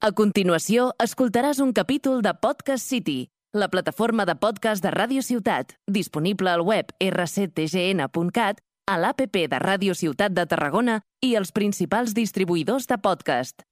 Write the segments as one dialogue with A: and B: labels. A: A continuació, escoltaràs un capítol de Podcast City, la plataforma de podcast de Ràdio Ciutat, disponible al web rctgn.cat, a l'APP de Ràdio Ciutat de Tarragona i els principals distribuïdors de podcast.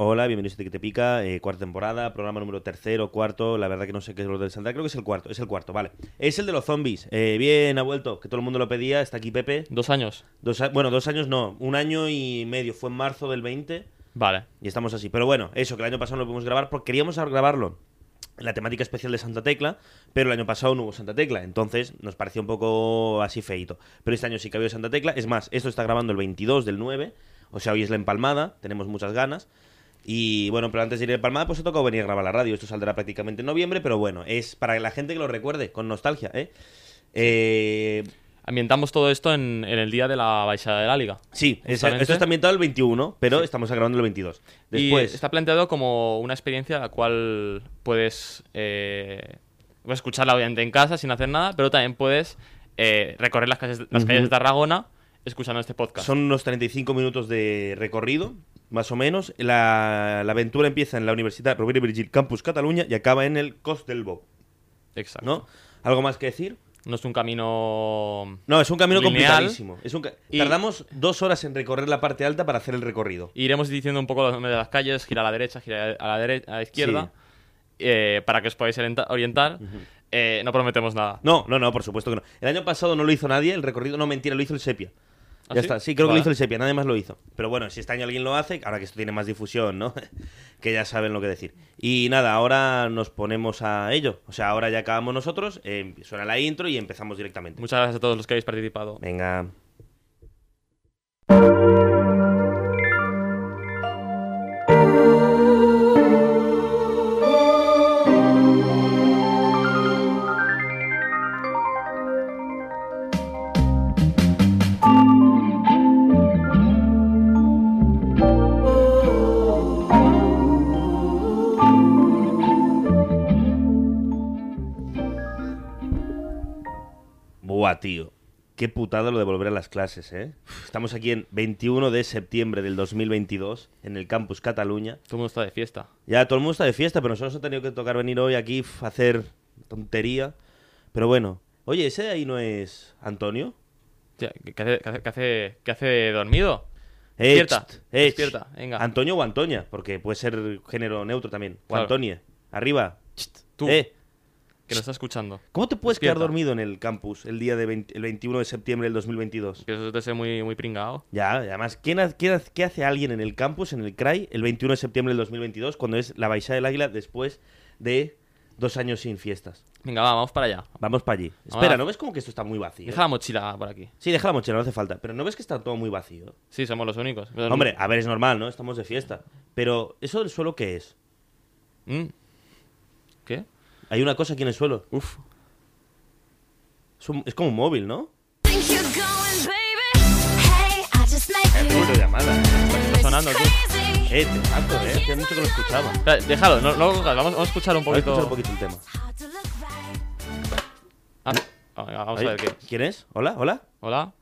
B: Hola, bienvenidos a Te Que Te Pica, eh, cuarta temporada, programa número tercero, cuarto, la verdad que no sé qué es lo del Santa, creo que es el cuarto, es el cuarto, vale. Es el de los zombies, eh, bien, ha vuelto, que todo el mundo lo pedía, está aquí Pepe.
C: Dos años.
B: Dos a- bueno, dos años no, un año y medio, fue en marzo del 20
C: Vale.
B: y estamos así. Pero bueno, eso, que el año pasado no lo pudimos grabar porque queríamos grabarlo en la temática especial de Santa Tecla, pero el año pasado no hubo Santa Tecla, entonces nos pareció un poco así feito. Pero este año sí que ha habido Santa Tecla, es más, esto está grabando el 22 del 9, o sea, hoy es la empalmada, tenemos muchas ganas. Y bueno, pero antes de ir a la empalmada, pues he tocado venir a grabar la radio, esto saldrá prácticamente en noviembre, pero bueno, es para la gente que lo recuerde, con nostalgia, ¿eh? Eh,
C: Ambientamos todo esto en, en el día de la baixada de la liga.
B: sí, es-
C: Justamente.
B: esto está ambientado el 21, pero estamos grabando el 22. Después...
C: Y está planteado como una experiencia la cual puedes eh, escucharla obviamente en casa sin hacer nada, pero también puedes eh, recorrer las, calles, las calles de Tarragona escuchando este podcast.
B: Son unos 35 minutos de recorrido, más o menos. La, la aventura empieza en la Universidad Rovira i Virgili Campus Cataluña y acaba en el Cos del Bou,
C: Exacto.
B: ¿no? ¿Algo más que decir?
C: No es un camino...
B: No, es un camino
C: Lineal.
B: complicadísimo. Es un ca-
C: Y-
B: Tardamos dos horas en recorrer la parte alta para hacer el recorrido.
C: Iremos diciendo un poco los nombres de las calles, gira a la derecha, gira a la, dere- a la izquierda, eh, para que os podáis orienta- orientar. Eh, no prometemos nada.
B: No, no, no, por supuesto que no. El año pasado no lo hizo nadie, el recorrido, no, mentira, lo hizo el Sepia.
C: ¿Ah,
B: ya
C: sí?
B: está, sí, creo que lo
C: Vale.
B: hizo el Sepia, nadie más lo hizo. Pero bueno, si este año alguien lo hace, ahora que esto tiene más difusión, ¿no? que ya saben lo que decir. Y nada, ahora nos ponemos a ello. O sea, ahora ya acabamos nosotros, eh, suena la intro y empezamos directamente.
C: Muchas gracias a todos los que habéis participado.
B: Venga. Buah, tío. Qué putada lo de volver a las clases, ¿eh? Estamos aquí en 21 de septiembre del 2022, en el campus Cataluña.
C: Todo el mundo está de fiesta.
B: Ya, todo el mundo está de fiesta, pero nosotros nos ha tenido que tocar venir hoy aquí pf, a hacer tontería. Pero bueno. Oye, ¿ese de ahí no es Antonio?
C: Hostia, ¿Qué qué hace, qué hace, qué hace, qué hace dormido?
B: Eh,
C: Despierta,
B: cht, eh,
C: despierta,
B: cht.
C: venga.
B: Antonio o Antonia, porque puede ser género neutro también. O
C: Claro.
B: Antonia. Arriba. Cht,
C: Tú.
B: Eh,
C: que nos está escuchando.
B: ¿Cómo te puedes quedar
C: Despierta.
B: dormido en el campus el día de 20 el 21 de septiembre del 2022?
C: Que eso te ser muy, muy pringado.
B: Ya, y además, ¿quién, ha- quién ha- ¿qué hace alguien en el campus, en el CRAI, el 21 de septiembre del 2022, cuando es la Baixada del Águila después de dos años sin fiestas?
C: Venga, va, vamos para allá.
B: Vamos para allí.
C: Vamos
B: Espera,
C: a-
B: ¿no ves como que esto está muy vacío?
C: Deja la mochila por aquí.
B: Sí, deja la mochila, no hace falta. Pero ¿no ves que está todo muy vacío?
C: Sí, somos los únicos.
B: Hombre, a ver, es normal, ¿no? Estamos de fiesta. Pero, ¿eso del suelo qué es?
C: Mm. ¿Qué?
B: Hay una cosa aquí en el suelo.
C: Uf.
B: Es, un- es como un móvil, ¿no?
D: Think you're going, baby? Hey, I just met you.
B: de llamada.
D: Está
C: sonando, tío.
B: Eh, te mato, eh. Hacía mucho que lo escuchaba.
C: Espera, Déjalo, no, no lo cojas, vamos, vamos a escuchar un
B: Voy a
C: poquito.
B: escuchar un poquito el tema.
C: Ah, ah, venga, vamos
B: Ahí.
C: a ver qué.
B: ¿Quién es? ¿Hola? ¿Hola?
C: Hola.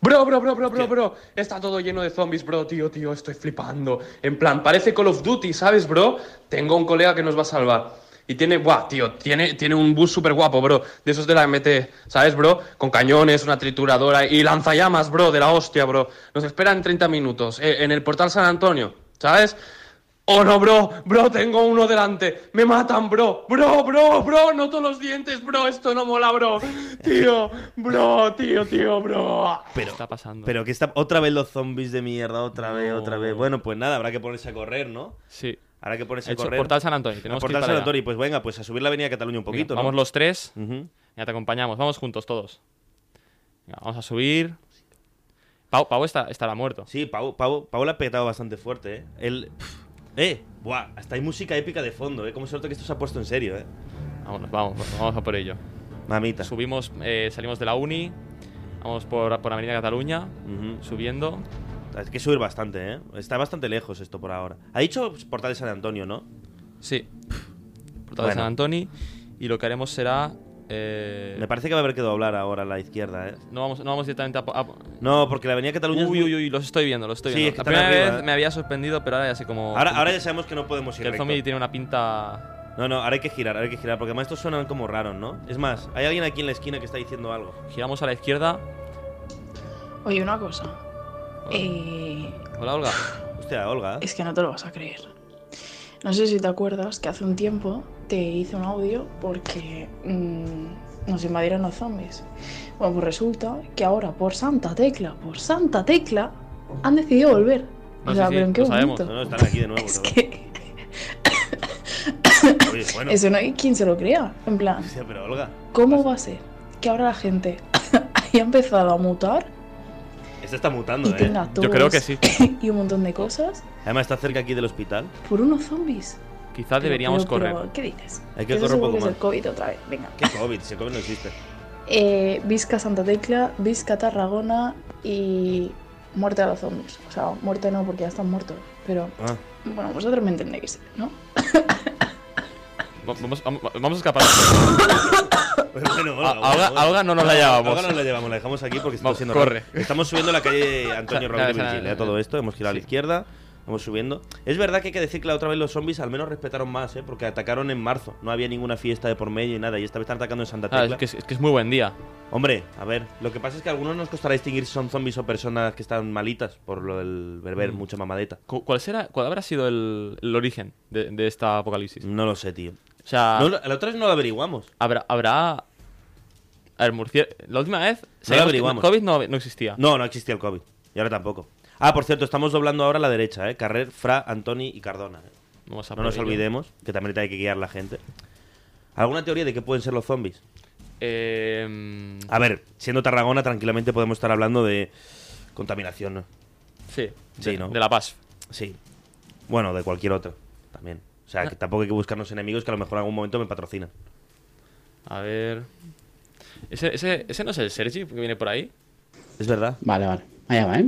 E: Bro, bro, bro, bro, bro, bro. Está todo lleno de zombies, bro, tío, tío. Estoy flipando. En plan, parece Call of Duty, ¿sabes, bro? Tengo un colega que nos va a salvar. Y tiene, buah, tío, tiene, tiene un bus súper guapo, bro. De esos de la MT, ¿sabes, bro? Con cañones, una trituradora y lanzallamas, bro, de la hostia, bro. Nos esperan 30 minutos eh, en el portal San Antonio, ¿sabes? Oh no, bro, bro, tengo uno delante. Me matan, bro, bro, bro, bro, noto los dientes, bro. Esto no mola, bro. Tío, bro, tío, tío, bro.
C: Pero, ¿Qué está pasando?
B: Pero que está otra vez los zombies de mierda, otra vez,
C: No.
B: otra vez. Bueno, pues nada, habrá que ponerse a correr, ¿no?
C: Sí.
B: Habrá que ponerse
C: He
B: a
C: hecho
B: correr.
C: Portal San Antonio.
B: A
C: Tenemos que ir
B: Portal
C: para allá.
B: Sanatori, pues venga, pues a subir la avenida Cataluña un
C: Venga,
B: poquito,
C: Vamos
B: ¿no? Mm.
C: los tres.
B: Ujú.
C: Ya te acompañamos. Vamos juntos todos. Venga, vamos a subir. Pau, Pau está, estará muerto.
B: Sí, Pau, Pau, Pau la ha petado bastante fuerte, ¿eh? Él... ¡Eh! ¡Buah! Hasta hay música épica de fondo, ¿eh? Como se nota que esto se ha puesto en serio, ¿eh?
C: Vámonos, vamos, vamos a por ello.
B: Mamita.
C: Subimos, eh, salimos de la uni, vamos por, por Avenida Cataluña,
B: Ujú.
C: subiendo.
B: Hay que subir bastante, ¿eh? Está bastante lejos esto por ahora. Ha dicho Portal de San Antonio, ¿no?
C: Sí.
B: Bueno.
C: Portal de San Antoni. Y lo que haremos será Eh,
B: Me parece que va a haber que doblar ahora a la izquierda, ¿eh?
C: no, vamos, no vamos directamente a... po- a-
B: No, porque la avenida Cataluña es
C: uy,
B: muy-
C: uy, uy, los estoy viendo, los estoy
B: Sí,
C: viendo.
B: es que
C: la
B: están
C: primera
B: arriba,
C: vez
B: eh.
C: me había sorprendido, pero ahora ya sé como...
B: Ahora, ahora ya sabemos que no podemos ir
C: que el
B: recto.
C: zombie tiene una pinta...
B: No, no, ahora hay que girar, ahora hay que girar, porque además estos suenan como raros, ¿no? Es más, hay alguien aquí en la esquina que está diciendo algo.
C: Giramos a la izquierda.
F: Oye, una cosa. Eh,
C: Hola, Olga.
B: Hostia, Olga.
F: es que no te lo vas a creer. No sé si te acuerdas que hace un tiempo te hice un audio porque mm, nos invadieron los zombies. Bueno, pues resulta que ahora por Santa Tecla, por Santa Tecla, han decidido volver.
C: No,
F: o sea,
C: Ah, sí, sí,
F: pero en qué
C: lo sabemos,
F: momento.
B: No, no, están aquí de nuevo.
F: Es
B: cabrón.
F: que
B: Oye, bueno.
F: eso no hay quien se lo crea. En plan,
B: Hostia, pero Olga.
F: ¿cómo va a ser que ahora la gente haya empezado a mutar
B: Esta está mutando,
F: y
B: ¿eh?
F: tenga tos
C: Yo creo que sí.
F: y un montón de cosas
B: Además está cerca aquí del hospital.
F: por unos zombies?
C: Quizás deberíamos
F: Pero- pero-
C: correr.
F: pero, ¿Qué dices?
B: Hay que correr
F: Eso
B: un
F: seguro
B: poco
F: que es
B: más.
F: el COVID otra vez. Venga.
B: ¿Qué COVID? Si el COVID no existe.
F: Eh, Vizca Santa Tecla, Vizca Tarragona y muerte a los zombies. O sea, muerte no porque ya están muertos. Pero
B: Ah,
F: bueno, vosotros me entendéis, ¿no?
C: Va- Vamos, vamos, vamos a escapar.
B: pero bueno,
C: A- a Olga- a Olga no nos la llevamos.
B: A Olga no la llevamos, la dejamos aquí porque está
C: Vamos,
B: siendo
C: corre.
B: raro. Estamos subiendo la calle Antonio Raúl
C: Claro,
B: de
C: claro,
B: Virgil,
C: claro,
B: ¿eh? todo esto. Hemos girado a la
C: sí.
B: izquierda, vamos subiendo. Es verdad que hay que decir que la otra vez los zombies al menos respetaron más, ¿eh? Porque atacaron en marzo. No había ninguna fiesta de por medio y nada. Y esta vez están atacando en Santa
C: Ah,
B: Tecla.
C: es, que es, es que es muy buen día.
B: Hombre, a ver, lo que pasa es que a algunos nos costará distinguir si son zombies o personas que están malitas por lo del
C: Mm.
B: beber, mucha mamadeta.
C: Cu- ¿Cuál, será, cuál habrá sido el, el origen de, de esta apocalipsis?
B: No lo sé, tío.
C: O sea,
B: Mm. No, la otra vez no lo averiguamos.
C: habrá... habrá... A ver, Murcia... La última vez... sabíamos que
B: averiguamos.
C: COVID no, no existía.
B: No, no existía el COVID. Y ahora tampoco. Ah, por cierto, estamos doblando ahora a la derecha, ¿eh? Carrer, Fra, Antoni y Cardona. ¿eh?
C: Vamos a
B: No
C: por
B: nos
C: ello.
B: olvidemos, que también hay que guiar la gente. ¿Alguna teoría de qué pueden ser los zombies?
C: Eh, mm,
B: A ver, siendo Tarragona, tranquilamente podemos estar hablando de contaminación, ¿no?
C: sí,
B: Sí,
C: de,
B: ¿no?
C: de la paz.
B: Sí. Bueno, de cualquier otra también. O sea, que tampoco hay que buscarnos enemigos que a lo mejor en algún momento me patrocinan.
C: A ver. ¿Ese, ese, ese no es el Sergi que viene por ahí?
B: Es verdad.
G: Vale, vale. Allá va, ¿eh?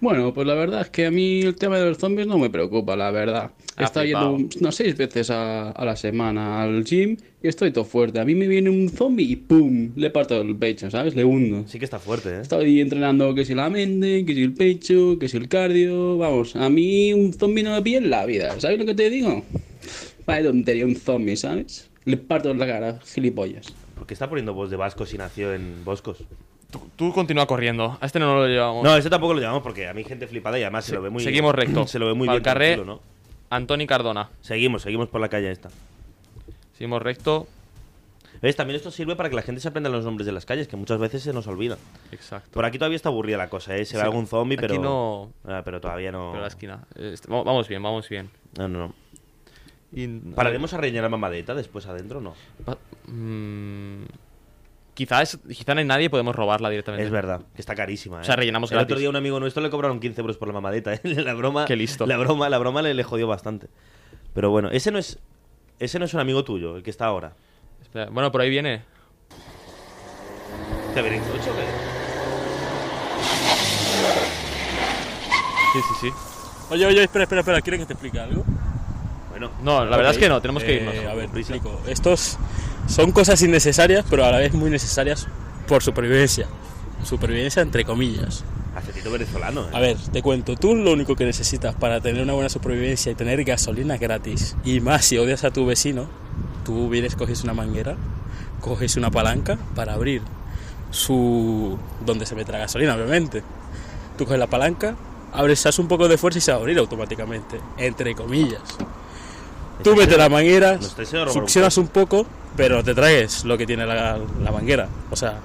G: Bueno, pues la verdad es que a mí el tema de los zombies no me preocupa, la verdad.
C: Ah,
G: Estaba
C: flipao.
G: yendo unas seis veces a, a la semana al gym y estoy todo fuerte. A mí me viene un zombie y ¡pum! Le parto el pecho, ¿sabes? Le hundo.
B: Sí que está fuerte, ¿eh?
G: Estoy entrenando que si la mente, que si el pecho, que si el cardio. Vamos, a mí un zombie no me pilla en la vida. ¿Sabes lo que te digo? Vaya tontería, un zombie, ¿sabes? Le parto en la cara, gilipollas.
B: Porque está poniendo voz de vasco si nació en Boscos.
C: Tú, tú continúa corriendo. A este no lo llevamos.
B: No, ese tampoco lo llamamos porque a mí gente flipada y además se lo ve muy
C: Seguimos recto.
B: Se lo ve muy
C: Pa'l
B: bien
C: carré.
B: tranquilo, ¿no?
C: Antoni Cardona.
B: Seguimos, seguimos por la calle esta.
C: Seguimos recto.
B: ¿Ves? También esto sirve para que la gente se aprenda los nombres de las calles, que muchas veces se nos olvida.
C: Exacto.
B: Por aquí todavía está aburrida la cosa, ¿eh? Se ve
C: Sí,
B: algún zombie,
C: aquí
B: pero.
C: no-
B: Ah, pero todavía no.
C: Pero la esquina. Eh, est- va- vamos bien, vamos bien.
B: No, no, no.
C: Y-
B: ¿Pararemos a rellenar mamadeta después adentro? No.
C: Pa- mm, quizás quizá no hay nadie, podemos robarla directamente.
B: Es verdad, que está carísima. ¿eh?
C: O sea, rellenamos
B: El
C: gratis.
B: otro día un amigo nuestro le cobraron 15 euros por la mamadeta. ¿eh? La broma.
C: Qué listo.
B: La broma, la broma le, le jodió bastante. Pero bueno, ese no es. Ese no es un amigo tuyo, el que está ahora.
C: Espera, Bueno, por ahí viene.
B: ¿Te viene en coche o qué?
C: Sí, sí, sí.
H: Oye, oye, espera, espera, espera, ¿quieres que te explique algo?
B: Bueno.
C: No, la verdad
H: Ok.
C: es que no, tenemos que
H: Eh,
C: irnos.
H: a ver, te
B: Prisa.
H: explico. Estos son cosas innecesarias, pero a la vez muy necesarias por supervivencia. Supervivencia entre comillas.
B: Acetito venezolano, ¿eh?
H: A ver, te cuento, tú lo único que necesitas para tener una buena supervivencia y tener gasolina gratis, y más si odias a tu vecino, tú vienes, coges una manguera, coges una palanca para abrir su... donde se mete la gasolina, obviamente. Tú coges la palanca, abres, haces un poco de fuerza y se va a abrir automáticamente, entre comillas. Tú metes la manguera,
B: Nos está diciendo robar un
H: succionas un poco, pero no te traes lo que tiene la, la manguera. O sea,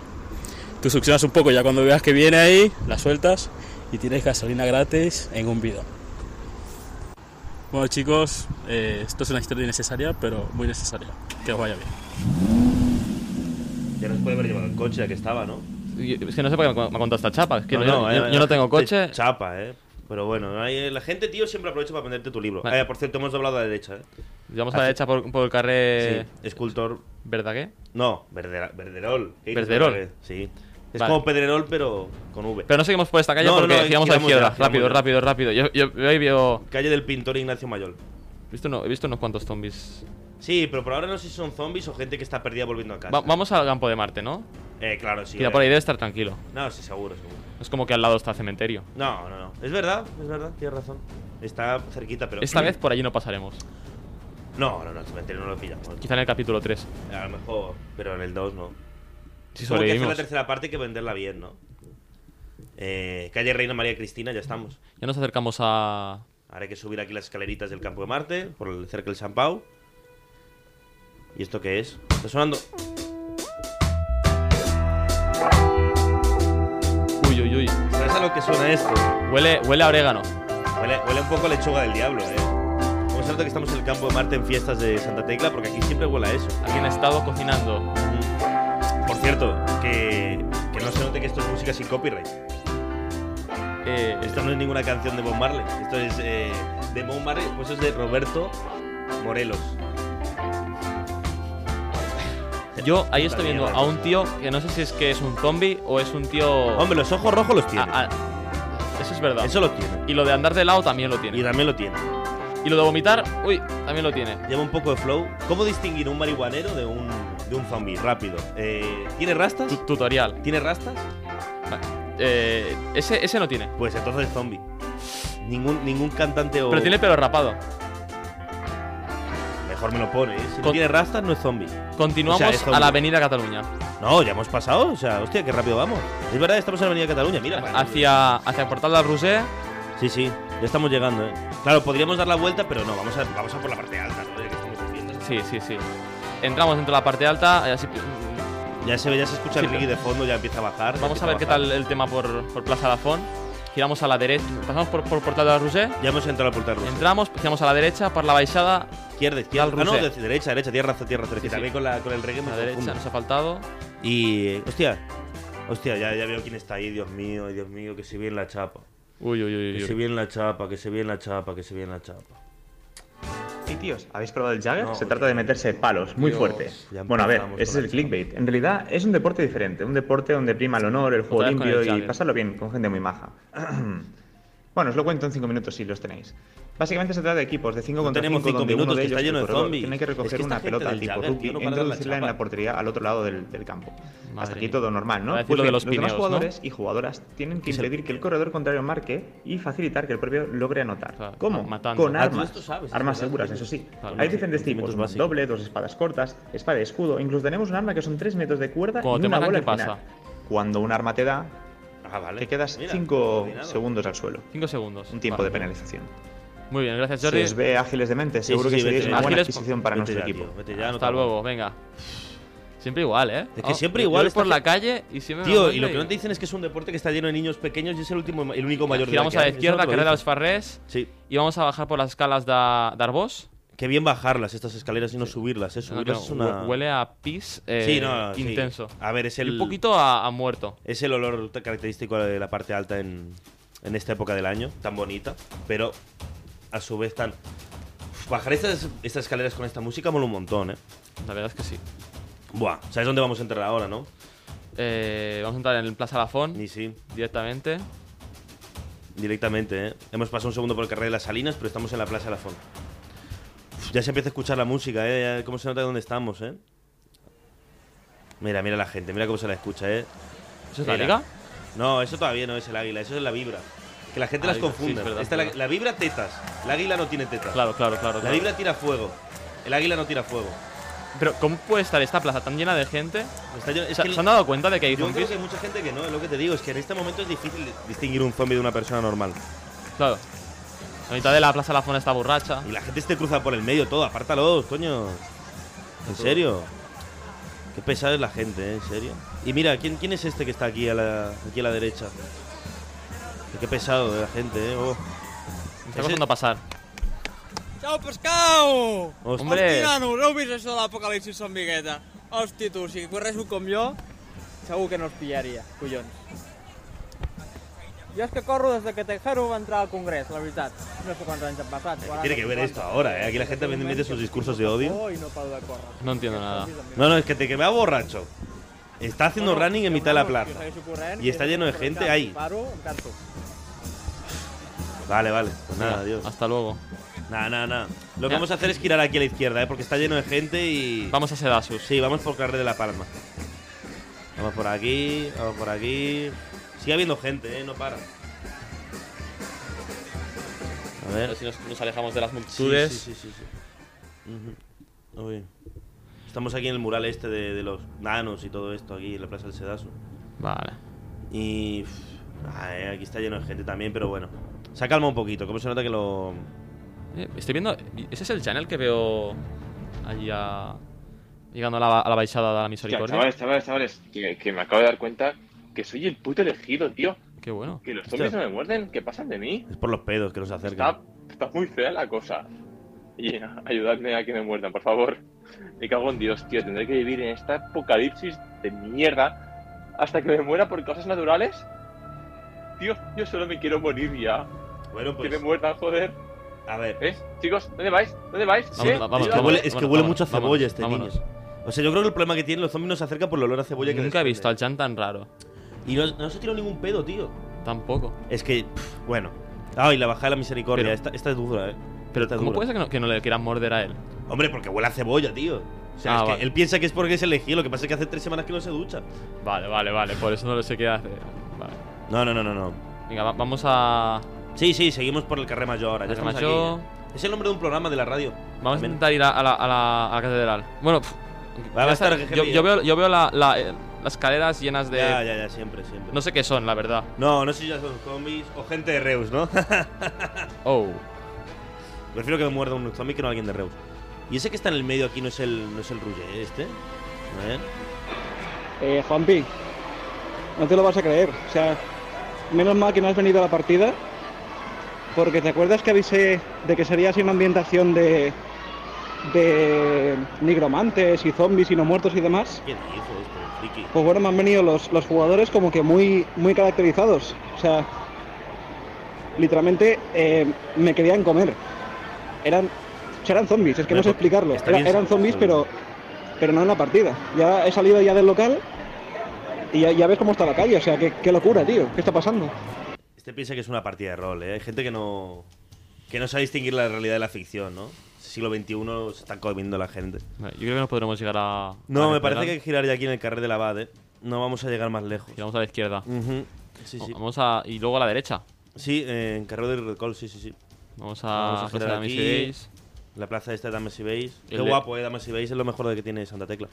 H: tú succionas un poco, ya cuando veas que viene ahí, la sueltas y tienes gasolina gratis en un bidón. Bueno chicos, eh, esto es una historia innecesaria, pero muy necesaria. Que os vaya bien.
B: Ya nos puede haber llevado el coche, ya que estaba, ¿no?
C: Yo- Es que no sé por qué me me ha contado esta chapa. Es que yo-
B: eh,
C: yo,
B: la
C: yo no tengo
B: gente
C: coche.
B: Chapa, ¿eh? Pero bueno, hay- la gente, tío, siempre aprovecha para venderte tu libro.
C: Vale.
B: Eh, por cierto, hemos doblado a la derecha, ¿eh?
C: Llevamos a la
B: Así-
C: derecha por, por el
B: sí,
C: carré.
B: escultor.
C: ¿Verdad que?
B: No, Verdera- Verderol. ¿Qué dices,
C: Verderol.
B: Verderol? Sí. Es
C: Vale.
B: como Pedrerol, pero con V.
C: Pero no seguimos por esta calle
B: No, no,
C: porque
B: no,
C: giramos a la
B: giramos
C: izquierda.
B: ya, giramos
C: rápido,
B: ya.
C: rápido, rápido. Yo, yo, yo ahí veo.
B: Calle del pintor Ignacio Mayor.
C: He visto, uno- he visto unos cuantos zombies.
B: Sí, pero por ahora no sé si son zombies o gente que está perdida volviendo a casa.
C: Va- vamos al campo de Marte, ¿no?
B: Eh, claro, sí.
C: Mira,
B: eh.
C: por ahí debe estar tranquilo.
B: No, sí, seguro, seguro.
C: Es como que al lado está el cementerio.
B: No, no, no. Es verdad, es verdad, tienes razón. Está cerquita, pero. Mm.
C: Esta vez por allí no pasaremos.
B: No, no, no, el cementerio no lo pillamos.
C: Quizá en el capítulo 3.
B: A lo mejor, pero en el 2 no. Como que
C: Si
B: hacer la
C: sobrevivimos.
B: tercera parte hay que venderla bien, ¿no? Eh, calle Reina María Cristina, ya estamos.
C: Ya nos acercamos a.
B: Ahora hay que subir aquí las escaleritas del campo de Marte, por el, cerca del San Pau. ¿Y esto qué es? Está sonando.
C: Uy, uy, uy.
B: ¿Sabes a lo que suena esto?
C: Huele, huele a orégano.
B: Huele, huele un poco a lechuga del diablo, ¿eh? Como se nota que estamos en el campo de Marte en fiestas de Santa Tecla, porque aquí siempre huele a eso.
C: Alguien ha estado cocinando.
B: Por cierto, que, que no se note que esto es música sin copyright.
C: Eh,
B: Esto no es ninguna canción de Bob Marley. Esto es eh, de Bob Marley, pues es de Roberto Morelos.
C: yo ahí estoy viendo a un tío que no sé si es que es un zombie o es un tío.
B: Hombre, los ojos rojos los tiene.
C: Ah, ah, Eso es verdad.
B: Eso lo tiene.
C: Y lo de andar de lado también lo
B: Y
C: tiene.
B: también lo tiene.
C: Y lo de vomitar, uy, también lo tiene.
B: Lleva un poco de flow. ¿Cómo distinguir un marihuanero de un, de un zombie? Rápido. Eh, ¿Tiene rastas?
C: Tu- tutorial.
B: ¿Tiene rastas?
C: Eh, ese, ese no tiene.
B: Pues entonces es zombie. Ningún, ningún cantante o.
C: Pero tiene pelo rapado.
B: Mejor me lo pone, ¿eh? Si no
C: Con-
B: tiene rastas, no es zombie.
C: Continuamos
B: O sea, es
C: a
B: zombie.
C: la avenida Cataluña.
B: No, ya hemos pasado. O sea, hostia, qué rápido vamos. Es verdad, estamos en la Avenida Cataluña, mira. pues.
C: Hacia, hacia el portal de la Rousset.
B: Sí, sí, ya estamos llegando, ¿eh? Claro, podríamos dar la vuelta, pero no, vamos a, vamos a por la parte alta, ¿no? Ya que estamos en fiestas.
C: Sí, sí, sí. Entramos dentro de la parte alta. y así-
B: Ya se ve, ya se escucha
C: Sí,
B: el rigui de fondo, ya empieza a bajar. ya
C: vamos
B: empieza
C: a ver qué
B: bajar.
C: tal el tema por, por Plaza Lafón. Giramos a la derecha. Pasamos por, por portal de la Rousset.
B: Ya hemos entrado al portal ruso.
C: Entramos, giramos a la derecha, por la baixada.
B: izquierda, izquierda.
C: Al
B: Ah, no,
C: Rousset.
B: de- derecha, derecha, tierra, raza, tierra,
C: Sí, sí.
B: También con, la, con el reggae
C: A
B: me
C: la derecha,
B: confundo.
C: nos ha faltado.
B: Y, eh, hostia, hostia, ya, ya veo quién está ahí, Dios mío, ay, Dios mío, que se viene la chapa.
C: Uy, uy,
B: Que
C: uy.
B: se
C: uy.
B: viene la chapa, que se viene la chapa, que se viene la chapa.
I: Sí, tíos, ¿habéis probado el Jagger?
B: No,
I: se trata de meterse palos, muy
B: Dios,
I: fuerte.
B: ya
I: Bueno, a ver,
B: empezamos
I: ese es
B: con
I: el
B: esto.
I: clickbait. En realidad es un deporte diferente, un deporte donde prima el honor, el juego
C: Otra vez con el
I: limpio y
C: Jagger.
I: pasarlo bien con gente muy maja. bueno, os lo cuento en 5 minutos si los tenéis. Básicamente se trata de equipos de 5
B: No
I: contra
B: tenemos
I: 5
B: cinco
I: donde
B: minutos,
I: uno de
B: que está
I: ellos, el
B: lleno de
I: corredor,
B: zombies.
I: tiene que
B: Es que
I: recoger
B: esta
I: una
B: gente
I: pelota
B: del
I: tipo
B: Jagger,
I: rugby
B: tío, no
I: e
B: para de la
I: introducirla en
B: chapa.
I: la portería al otro lado del, del campo.
C: Madre
I: Hasta aquí
C: mía.
I: todo normal, ¿no? Pues
C: Va a decir lo de
I: bien,
C: los
I: demás
C: pineos, ¿no?
I: jugadores y jugadoras tienen que
B: Es el
I: impedir que el
B: pineo.
I: corredor contrario marque y facilitar que el propio logre anotar.
C: Claro,
I: ¿Cómo?
C: matando.
I: Con
C: Ah,
B: tú
I: armas.
B: esto sabes, es
I: armas
B: verdad,
I: seguras,
B: tú
I: eso sí.
C: Claro,
I: Hay
C: sí,
I: diferentes tipos,
B: conocimientos
I: un
B: básicos.
I: doble, dos espadas cortas, espada y escudo. Incluso tenemos un arma que son 3 metros de cuerda
C: Cuando
I: y
C: te
I: una
C: matan,
I: bola
C: ¿qué
I: al final.
C: pasa?
I: Cuando un arma te da,
B: Ah, vale.
I: te quedas
B: Mira,
I: 5
B: coordinado.
I: segundos al suelo.
C: Cinco segundos.
I: Un tiempo
C: Vale.
I: de penalización.
C: Muy bien, gracias,
I: Si
C: Jordi.
I: os ve Eh, ágiles de mente,
B: Sí,
I: seguro
B: sí, sí,
I: que seréis
B: vete,
I: una buena
C: ágiles,
I: adquisición para
B: Vete
I: nuestro
B: ya,
I: equipo.
B: tío, vete ya, no
C: Hasta
B: te-
C: luego, venga. Siempre igual, ¿eh?
B: que
C: Vamos,
B: siempre
C: yo
B: igual,
C: voy
B: esta
C: por la
B: gente-
C: calle y siempre me
B: Tío,
C: mando
B: y lo que no te dicen es que es un deporte que está lleno de niños pequeños y es el último, el único mayor de
C: Giramos
B: que
C: a la
B: hay. Eso no
C: izquierda,
B: te lo
C: carrera de los
B: dicen.
C: Farrés.
B: Sí.
C: Y vamos a bajar por las escalas de d'Arbós.
B: Qué bien bajarlas estas escaleras y no subirlas, ¿eh? Subirlas es una...
C: Hue- Huele a pis eh,
B: Sí, no, sí.
C: intenso.
B: A ver, es
C: Y
B: el...
C: un poquito a, a muerto.
B: Es el olor t- característico de la parte alta en, en esta época del año, tan bonita, pero a su vez tan... Uf, Bajar estas, estas escaleras con esta música mola un montón, ¿eh?
C: La verdad es que sí.
B: Buah, ¿sabes dónde vamos a entrar ahora, no?
C: Eh, vamos a entrar en el Plaza Lafón
B: Ni sí,
C: directamente.
B: directamente, ¿eh? Hemos pasado un segundo por el carril de las Salinas, pero estamos en la Plaza de la Font. Uf, Ya se empieza a escuchar la música, ¿eh? Ya- ¿Cómo se nota dónde estamos, eh? Mira, mira la gente, mira cómo se la escucha, ¿eh?
C: ¿Eso es la
B: Mira.
C: liga?
B: No, eso todavía no es el águila, eso es la vibra. Que la gente
C: Ah,
B: las
C: vibra, sí,
B: confunde.
C: es verdad,
B: Esta
C: es
B: la,
C: verdad.
B: la vibra tetas. El águila no tiene tetas.
C: Claro, claro, claro.
B: La
C: claro.
B: vibra tira fuego. El águila no tira fuego.
C: Pero ¿cómo puede estar esta plaza tan llena de gente?
B: Está lleno- es
C: ¿Se,
B: que el-
C: se han dado cuenta de que hay
B: yo creo
C: zombies?
B: que hay mucha gente que no, es lo que te digo, es que en este momento es difícil distinguir un zombie de una persona normal.
C: Claro. La mitad de la Plaza Lafón está borracha.
B: Y la gente se te cruza por el medio todo, apártalos, coño. ¿En serio? Qué pesada es la gente, ¿eh? ¿En serio? Y mira, ¿quién, quién es este que está aquí a la, aquí a la derecha? Qué pesado de la gente, ¿eh? Oh,
C: Me está
B: Ese-
C: costando pasar.
J: Ciao, pescau!
B: hostia.
C: Hombre.
J: Hosti, nano, no heu vist això de l'apocalipsis zombigueta? Hosti, tu, si corréssiu com jo, segur que no us pillaria, collons. Jo és que corro des de que Tejero va entrar al Congrés, la veritat. No sé quants anys han passat.
B: tiene que ver esto ahora, eh? Aquí la gente mete sus discursos de odio.
J: Oh,
B: Ah.
J: I no paro de córrer.
C: No entiendo nada.
B: No, no, es que te que va borracho. Está haciendo running en mitad de la plaza.
J: eh,
B: Y está lleno de gente ahí.
J: Paro, em canso.
B: Vale, vale. Pues nada,
C: Venga,
B: adiós.
C: Ah, Hasta luego.
B: Nada, nada, nada. Lo que vamos a hacer es girar aquí a la izquierda, ¿eh? porque está lleno de gente y.
C: Vamos a Sedasus.
B: Sí, vamos por Carrer de la Palma. Vamos por aquí, vamos por aquí. Sigue habiendo gente, ¿eh? No para. A ver.
C: Si nos, nos alejamos de las multitudes.
B: Sí, sí, sí, sí, sí. Ujú. Uy. Estamos aquí en el mural este de, de los nanos y todo esto, aquí en la Plaza del Sedaso.
C: Vale.
B: Y. pff, ay, aquí está lleno de gente también, pero bueno. Se ha calmado un poquito, como se nota que lo.
C: Eh, Estoy viendo. ¿Ese es el channel que veo allí a- llegando a la, a la baixada de la
K: Hostia,
C: misericordia?
K: chavales, chavales, chavales, que, que me acabo de dar cuenta que soy el puto elegido, tío.
C: Qué bueno.
K: Que los zombies
B: Hostia.
K: no me muerden, que pasan de mí.
B: Es por los pedos que nos
K: Está,
B: acercan.
K: está muy fea la cosa. Y eh, ayudadme a que me muerdan, por favor. Me cago en Dios, tío. Tendré que vivir en esta apocalipsis de mierda hasta que me muera por causas naturales. Tío, yo solo me quiero morir ya.
B: Bueno,
K: Que
B: pues.
K: me muerdan, joder.
B: A ver.
K: ¿Eh? Chicos, ¿dónde vais? ¿Dónde vais?
C: Vamos,
K: ¿Eh?
C: va- vamos,
B: Es
K: Ayudadme.
B: que huele, es que huele
C: vámonos,
B: mucho a cebolla
C: vámonos,
B: este
C: vámonos.
B: niño. O sea, yo creo que el problema que tienen los zombies nos acercan por el olor a cebolla que
C: Nunca he
B: desprende.
C: visto al Chan tan raro.
B: Y no, no se tiró ningún pedo, tío.
C: Tampoco.
B: Es que, pff, bueno. Ay, la bajada de la misericordia.
C: Pero-
B: esta, esta es dura, eh.
C: Pero
B: Está
C: ¿cómo
B: duro.
C: puede ser que no, que no le quieran morder a él?
B: Hombre, porque huele a cebolla, tío. O sea,
C: Ah,
B: es que
C: vale.
B: él piensa que es porque es elegido. Lo que pasa es que hace tres semanas que no se ducha.
C: Vale, vale, vale. Por eso no lo sé qué hacer. Vale.
B: No, no, no, no. no.
C: Venga, va- vamos a.
B: Sí, sí, seguimos por el carrer mayor ahora. Ya
C: Carrer
B: estamos
C: Mayor.
B: aquí. eh. Es el nombre de un programa de la radio.
C: Vamos a
B: También.
C: intentar ir a, a la, a la- a la catedral. Bueno, pff,
B: Va, va a
C: ya está.
B: estar
C: yo,
B: GGB.
C: yo veo, yo veo la- la- eh, las escaleras llenas de.
B: Ya, ya, ya, siempre, siempre.
C: No sé qué son, la verdad.
B: No, no sé si ya son zombies o gente de Reus, ¿no?
C: Oh.
B: Prefiero que me muerda un zombie que no alguien de Reus. Y ese que está en el medio aquí no es el, no es el Ruge, este. A ver.
L: Eh, Juanpi, no te lo vas a creer. O sea, menos mal que no has venido a la partida, porque te acuerdas que avisé de que sería así una ambientación de, de nigromantes y zombies y no muertos y demás.
B: ¿Qué dices, este friki?
L: Pues bueno, me han venido los, los jugadores como que muy, muy caracterizados. O sea, literalmente eh, me querían comer. Eran, o sea, eran zombies, es que no sé
B: Pero,
L: explicarlo.
B: pues, está
L: Era-
B: bien
L: eran
B: sacado,
L: zombies,
B: está bien.
L: pero, pero no en la partida. Ya he salido ya del local y ya, ya ves cómo está la calle. O sea, qué, qué locura, tío. ¿Qué está pasando?
B: Este piensa que es una partida de rol, ¿eh? Hay gente que no. que no sabe distinguir la realidad de la ficción, ¿no? Este Siglo XXI se está comiendo la gente.
C: Vale, Yo creo que no podremos llegar a.
B: No,
C: a la
B: me parece que hay
C: catedral.
B: que girar ya aquí en el carrer de la Abad, ¿eh? No vamos a llegar más lejos.
C: Giramos a la izquierda. Oh,
B: Ujú. Sí, sí.
C: Vamos a. Y luego a la derecha.
B: Sí, eh, en carrer del Recol, sí, sí, sí.
C: Vamos
B: Vamos
C: a.
B: a girar
C: Plaza de
B: aquí.
C: Miseries.
B: La plaza esta de Dames y Beis. Qué
C: El de-
B: guapo, ¿eh? Dames y Beis es lo mejor de que tiene Santa Tecla.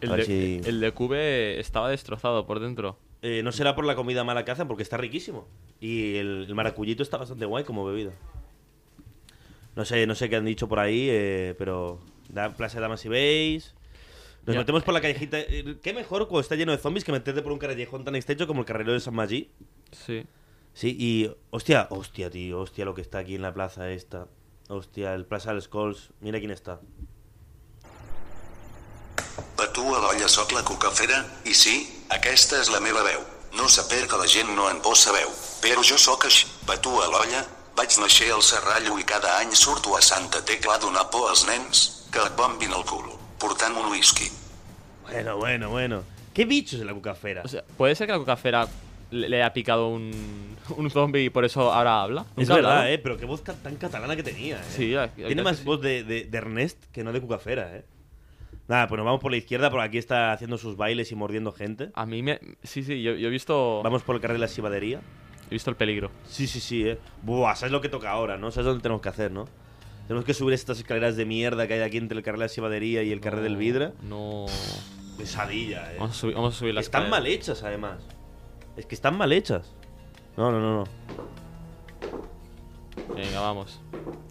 C: El,
B: A ver
C: de,
B: si-
C: el de Cube estaba destrozado por dentro.
B: Eh, no será por la comida mala que hacen, porque está riquísimo. Y el, el maracuyito está bastante guay como bebida. No sé, no sé qué han dicho por ahí, eh, pero da Plaza de Damas y Beis. Nos
C: Ya.
B: metemos por la callejita. eh, Qué mejor cuando está lleno de zombies que meterte por un callejón tan extenso como el carrero de San Magí.
C: Sí.
B: Sí, y hostia, hostia, tío, hostia lo que está aquí en la plaza esta. Hostia, el Plaza de los Cols. Mira quién está.
M: Patua d'olla sóc la cucafera, i sí, aquesta és la meva veu. No saber que la gent no en vol sabeu, però jo sóc així, patua l'olla, vaig néixer al Serrallo i cada any surto a Santa Tecla a donar por als nens, que et bombin el culo, portant un whisky.
B: Bueno, bueno, bueno. ¿Qué bichos en la cucafera?
C: O sea, ¿puede ser que la cucafera le, le ha picado un, un zombie y por eso ahora habla?
B: es
C: Nunca hablaba.
B: verdad, eh, pero qué voz ca- tan catalana que tenía, eh.
C: Sí, la-
B: Tiene más voz de, de- de Ernest que no de Cucafera, ¿eh? Nada, pues nos vamos por la izquierda, por aquí está haciendo sus bailes y mordiendo gente.
C: A mí me. Sí, sí, yo, yo he visto.
B: Vamos por el carril de la sibadería.
C: He visto el peligro.
B: Sí, sí, sí, ¿eh? Buah, sabes lo que toca ahora, ¿no? Sabes dónde tenemos que hacer, ¿no? Tenemos que subir estas escaleras de mierda que hay aquí entre el carril de la sibadería y el carril del Vidra.
C: No.
B: Pesadilla, ¿eh?
C: Vamos a subir, vamos a subir la
B: Están
C: escalera.
B: mal hechas, además. Es que están mal hechas. No, no, no, no. ¿eh?
C: Venga, vamos.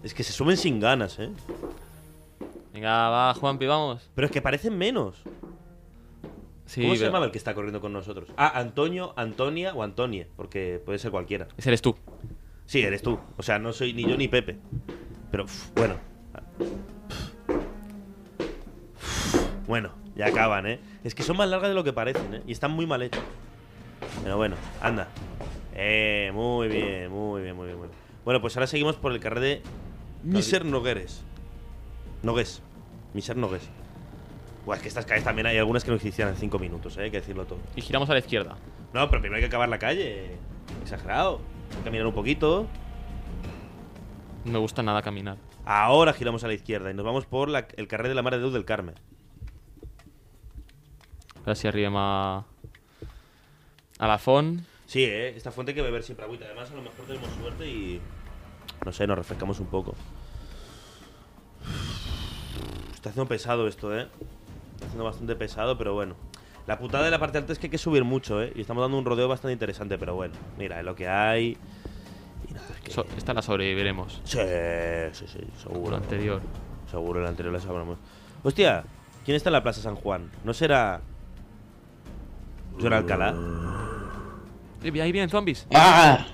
B: Es que se suben sin ganas, ¿eh?
C: Venga, va, Juanpi, vamos.
B: Pero es que parecen menos.
C: Sí,
B: ¿Cómo se
C: pero-
B: llamaba el que está corriendo con nosotros? Ah, Antonio, Antonia o Antonie, porque puede ser cualquiera.
C: Ese eres tú.
B: Sí, eres tú. O sea, no soy ni yo ni Pepe. Pero pf, bueno. Pf, Bueno, ya acaban, ¿eh? Es que son más largas de lo que parecen, ¿eh? Y están muy mal hechas. Pero bueno, anda. Eh, muy bien, muy bien, muy bien. Muy bien. Bueno, pues ahora seguimos por el carrer de Miser Nogueres. Nogués. Miser Nogués. Buah, es que estas calles también hay algunas que no existían en 5 minutos, ¿eh? Hay que decirlo todo.
C: Y giramos a la izquierda.
B: No, pero primero hay que acabar la calle. Exagerado. Hay que caminar un poquito.
C: No me gusta nada caminar.
B: Ahora giramos a la izquierda y nos vamos por la- el carrer de la Mar de Déu del Carme.
C: Ahora sí arriba a la FON.
B: Sí, ¿eh? esta fuente hay que beber siempre agüita. Además, a lo mejor tenemos suerte y. No sé, nos refrescamos un poco. Está haciendo pesado esto, ¿eh? Está haciendo bastante pesado, pero bueno. La putada de la parte alta es que hay que subir mucho, ¿eh? Y estamos dando un rodeo bastante interesante, pero bueno. Mira, es lo que hay.
C: So- esta la sobreviviremos.
B: Sí, sí, sí, seguro.
C: La anterior.
B: Seguro, la anterior la sabremos. Hostia, ¿quién está en la Plaza San Juan? ¿No será. John Alcalá?
C: Eh, Ahí vienen zombies.
N: ¡Ah!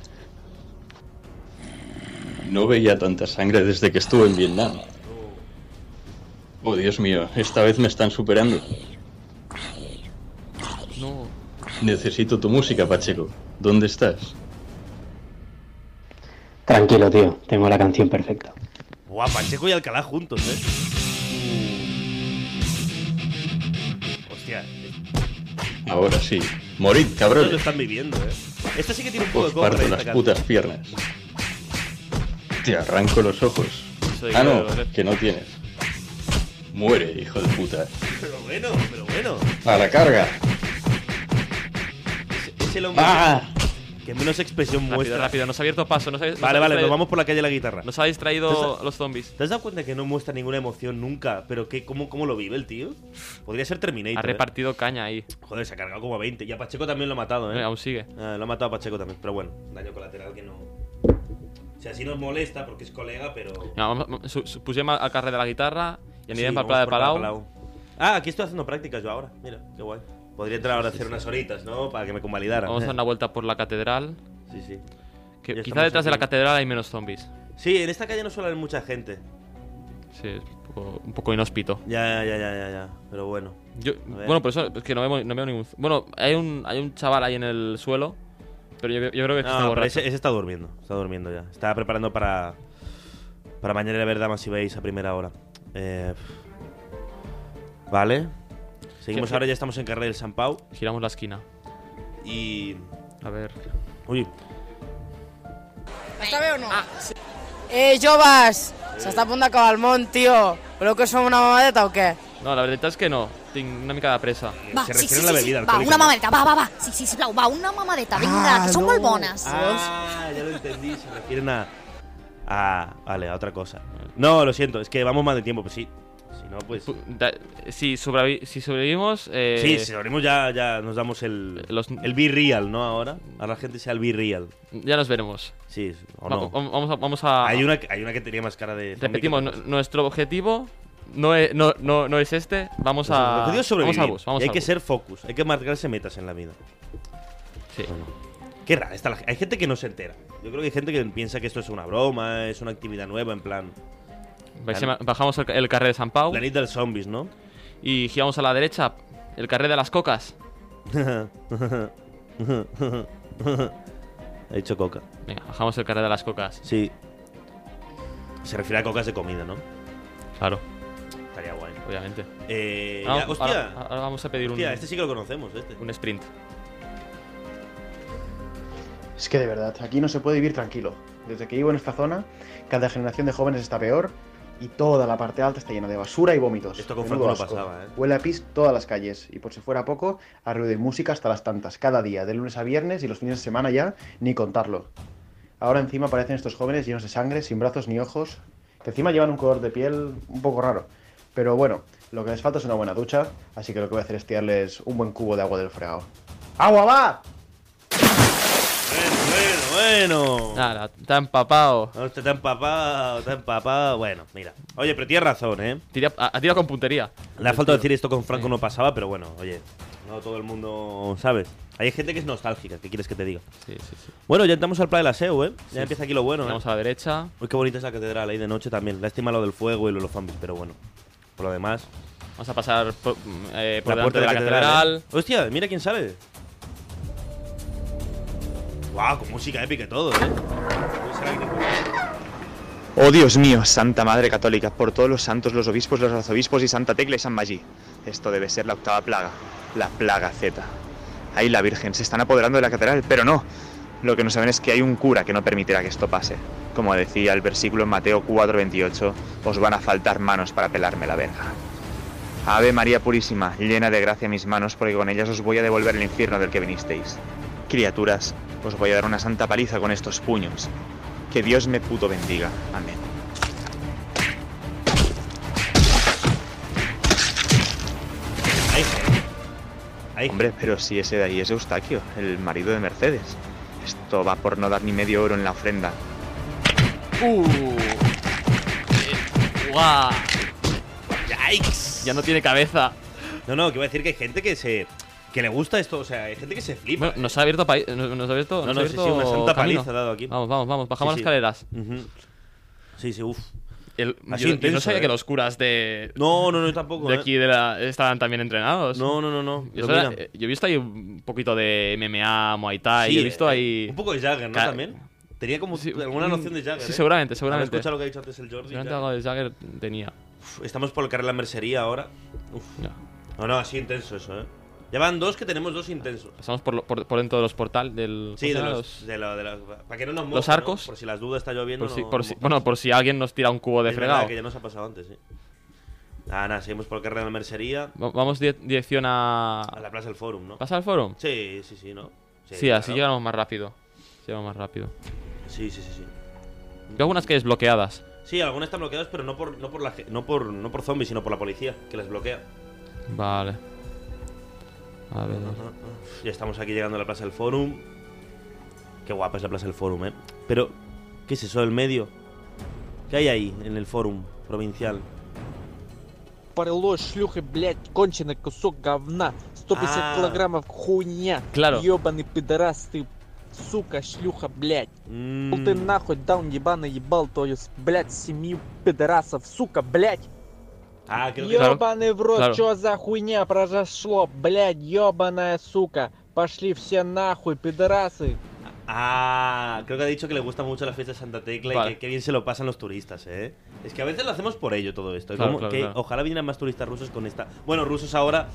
N: No veía tanta sangre desde que estuve en Vietnam. Oh, Dios mío, esta vez me están superando.
C: No.
N: Necesito tu música, Pacheco. ¿Dónde estás?
O: Tranquilo, tío. Tengo la canción perfecta.
B: Guau, Pacheco y Alcalá juntos, ¿eh? Uh. Hostia,
N: Ahora sí. Morid,
B: estos lo
N: cabrones.
B: están viviendo, ¿eh? Esta sí que tiene un poco de
N: Os
B: cobre. este
N: parto
B: esta
N: las
B: canción.
N: putas piernas. Te arranco los ojos.
B: Soy
N: Ah,
B: yo,
N: no,
B: ¿vale?
N: que no tienes. Muere, hijo de puta.
B: Pero bueno, pero bueno.
N: A la carga.
B: Es el hombre. que-
N: ¡Ah!
B: Que menos expresión
C: Rápido,
B: muestra.
C: rápido, nos ha abierto paso. Nos ha- nos
B: Vale,
C: ha
B: vale,
C: distraído-
B: nos vamos por la calle de la guitarra.
C: Nos ha distraído
B: ¿Te has da-
C: los zombies.
B: ¿Te has dado cuenta que no muestra ninguna emoción nunca? ¿Pero qué, cómo, cómo lo vive el tío? Podría ser Terminator.
C: Ha
B: ¿eh?
C: repartido caña ahí.
B: Joder, se ha cargado como a 20. Y a Pacheco también lo ha matado, ¿eh?
C: Eh, aún sigue.
B: Ah, lo ha matado a Pacheco también, pero bueno, daño colateral que no. O sea, sí nos molesta porque es colega, pero.
C: Mira, vamos- vamos- su- su- pusieron al carrer de la guitarra y anirem
B: Sí, vamos
C: para Pla de
B: por Pla de
C: Palau.
B: Palau. Ah, aquí estoy haciendo prácticas yo ahora. Mira, qué guay. Podría entrar ahora a hacer unas horitas, ¿no? Para que me convalidara.
C: Vamos a dar una vuelta por la catedral.
B: Sí, sí.
C: Que
B: Ya
C: quizá
B: estamos
C: detrás
B: aquí.
C: de la catedral hay menos zombies.
B: Sí, en esta calle no suele haber mucha gente.
C: Sí, es un poco, un poco inhóspito.
B: Ya, ya, ya, ya, ya. Pero bueno.
C: Yo-
B: A ver.
C: bueno, por eso es que no veo, no veo ningún. Bueno, hay un, hay un chaval ahí en el suelo. Pero yo, yo creo que
B: No,
C: está
B: pero
C: borracho.
B: ese, ese está durmiendo. Está durmiendo ya. Estaba preparando para. Para mañana, la verdad, más si veis a primera hora. Eh, vale. Seguimos
C: Gi-
B: ahora, ya estamos en carrera del San Pau.
C: Giramos la esquina.
B: Y.
C: A ver.
B: Uy,
P: Està bé o no? Ah, sí. Eh, joves, s'està a punt d'acabar el món, tio. Voleu que us fem una mamadeta o què?
C: No, la veritat és que no. Tinc una mica de pressa.
Q: Va, sí, sí, sí, sí, va, una mamadeta, va, va, va. Sí, sí, sisplau, va, una mamadeta, vinga, que són molt bones.
B: Ah, ya lo entendí. Se refieren a. a- vale, a otra cosa. No, lo siento, es que vamos mal de tiempo, pues sí. Si no, pues.
C: Si, sobrevi- si sobrevivimos. eh,
B: Sí, si abrimos ya, ya nos damos el, el Be Real, ¿no? Ahora. Ahora la gente sea el Be Real.
C: Ya nos veremos.
B: Sí, o
C: Va-
B: no.
C: vam- Vamos a, vamos a-
B: Hay una, que- hay una que tenía más cara de. zombie que
C: Repetimos,
B: otra
C: nu- nuestro objetivo no es, no, no, no es este. Vamos
B: cosa. Pues El
C: a.
B: objetivo es sobrevivir.
C: Vamos al bus. Vamos
B: y hay
C: al
B: que
C: bus.
B: ser focus, hay que marcarse metas en la vida.
C: Sí.
B: Qué raro, está la ge- hay gente que no se entera. Yo creo que hay gente que piensa que esto es una broma, es una actividad nueva, en plan.
C: Bajema- Bajamos el, ca- el carril de San Pau. La
B: del Zombies, ¿no?
C: Y giramos a la derecha. El carril de las cocas.
B: He dicho coca.
C: Venga, bajamos el carril de las cocas.
B: Sí. Se refiere a cocas de comida, ¿no?
C: Claro.
B: Estaría guay.
C: Obviamente.
B: Eh,
C: Ah,
B: ya- hostia.
C: ahora- ahora vamos a pedir un-
B: Hostia, este sí que lo conocemos, este.
C: Un sprint.
R: Es que de verdad, aquí no se puede vivir tranquilo. Desde que vivo en esta zona, cada generación de jóvenes está peor y toda la parte alta está llena de basura y vómitos.
B: Esto con
R: Menudo
B: Franco no
R: asco.
B: pasaba, ¿eh?
R: Huele a pis todas las calles y por si fuera poco, a ruido y música hasta las tantas, cada día, de lunes a viernes y los fines de semana ya, ni contarlo. Ahora encima aparecen estos jóvenes llenos de sangre, sin brazos ni ojos, que encima llevan un color de piel un poco raro. Pero bueno, lo que les falta es una buena ducha, así que lo que voy a hacer es tirarles un buen cubo de agua del fregado. ¡Agua va!
B: Bueno.
C: Nada, está empapado.
B: Hostia, está empapado, está empapado. Bueno, mira. Oye, pero tienes razón, ¿eh?
C: Tira, ha ha tirado con puntería.
B: Le ha faltado decir esto con Franco no pasaba, pero bueno, oye. No todo el mundo, ¿sabes? Hay gente que es nostálgica, ¿qué quieres que te diga?
C: Sí, sí, sí.
B: Bueno, ya entramos al Pla de la SEU, ¿eh? Ya
C: Sí,
B: empieza
C: sí.
B: aquí lo bueno, ¿eh?
C: Vamos a la derecha.
B: Uy, qué bonita es la catedral ahí de noche también. Lástima lo del fuego y lo de los zombies, pero bueno. Por lo demás.
C: Vamos a pasar por, mm, eh, por
B: La
C: delante
B: puerta
C: de la catedral.
B: ¿eh? Hostia, mira quién sale. Guau, con música épica y todo, ¿eh?
I: Oh Dios mío, Santa Madre Católica, por todos los santos, los obispos, los arzobispos y Santa Tecla y San Magí. Esto debe ser la octava plaga, la plaga Z. Ahí la Virgen, se están apoderando de la catedral, pero no. Lo que no saben es que hay un cura que no permitirá que esto pase. Como decía el versículo en Mateo 4:28, os van a faltar manos para pelarme la verga. Ave María Purísima, llena de gracia mis manos, porque con ellas os voy a devolver el infierno del que vinisteis. Criaturas, os voy a dar una santa paliza con estos puños. Que Dios me puto bendiga. Amén. Hombre, pero si ese de ahí es Eustaquio, el marido de Mercedes. Esto va por no dar ni medio oro en la ofrenda.
C: Uh. Eh, guau. Yikes. Ya no tiene cabeza.
B: No, no, que iba a decir que hay gente que se. que le gusta esto, o sea, hay gente que se flipa.
C: Bueno, nos ha abierto país. Nos, nos ha abierto.
B: No,
C: nos
B: no,
C: ha
B: sí,
C: abierto
B: sí, una santa
C: camino.
B: paliza ha dado aquí.
C: Vamos, vamos, vamos. Bajamos
B: Sí,
C: las escaleras.
B: sí. Ujú. Sí, sí, uff.
C: yo- yo no sabía que los curas de.
B: eh. No, no, no, yo tampoco.
C: De
B: eh.
C: aquí de la, estaban también entrenados.
B: No, no, no, no. Pero
C: Yo, solo-
B: mira.
C: eh, yo he visto ahí un poquito de MMA, Muay Thai.
B: Sí,
C: he visto
B: eh,
C: ahí.
B: Un poco de Jagger, ¿no?
C: Ca-
B: También. Tenía como alguna
C: mm,
B: noción de Jagger.
C: sí,
B: ¿eh?
C: seguramente, seguramente.
B: Haber escuchado lo que ha dicho antes el Jordi.
C: Seguramente
B: Jagger.
C: algo de Jagger tenía.
B: Uf, Estamos por el carril de la mercería ahora. Uf. No, no, así intenso eso, ¿eh? Ya van dos que tenemos dos intensos.
C: Estamos por, lo- por, por dentro de los portales del.
B: Sí, de
C: ¿cómo se llama?
B: los, de lo- de los- Para que no nos
C: los
B: mojen, ¿no?
C: arcos.
B: Por si las dudas está lloviendo.
C: Por si-
B: no-
C: por
B: no
C: si-
B: mojamos.
C: bueno, por si alguien nos tira un cubo de
B: Es verdad
C: fregado.
B: que ya nos ha pasado antes, sí. Ah, nada, seguimos por el carril de la merceería.
C: Va- Vamos dire- dirección a.
B: A la Plaza del Fórum, ¿no?
C: ¿Pasa al forum?
B: Sí, sí, sí, ¿no?
C: Sí,
B: claro.
C: así llegamos más rápido. Sí, Llegamos más rápido.
B: Sí, sí, sí, sí.
C: Yo algunas que desbloqueadas.
B: Sí, algunas están bloqueadas, pero no por, no por la ge- no por, no por zombies, sino por la policía, que les bloquea.
C: Vale. A ver.
B: Ya estamos aquí llegando a la Plaza del Fórum. Qué guapa es la Plaza del Fórum, ¿eh? Pero, ¿qué es eso del medio? ¿Qué hay ahí en el Fórum provincial?
S: Порыло, шлюха, блядь, конченый кусок говна. 150
B: А.
S: килограммов хуйня.
B: Claro.
S: Ёбаный пидорас ты, сука, шлюха, блядь.
B: Был
S: Ты нахуй даун ебаный ебал твою, с- блядь, семью пидорасов, сука, блядь.
B: Ah, creo que-
S: Ёбаный в рот,
B: Claro.
S: чё за хуйня произошло, блядь, ёбаная сука. Пошли все нахуй, пидорасы.
B: Ah, creo que ha dicho que le gusta mucho la fiesta de Santa Tecla
S: Vale.
B: y que, qué bien se lo pasan los turistas, ¿eh? Es que a veces lo hacemos por ello todo esto.
C: Claro,
B: Como
C: claro,
B: que
C: claro.
B: Ojalá vinieran más turistas rusos con esta. Bueno, rusos ahora.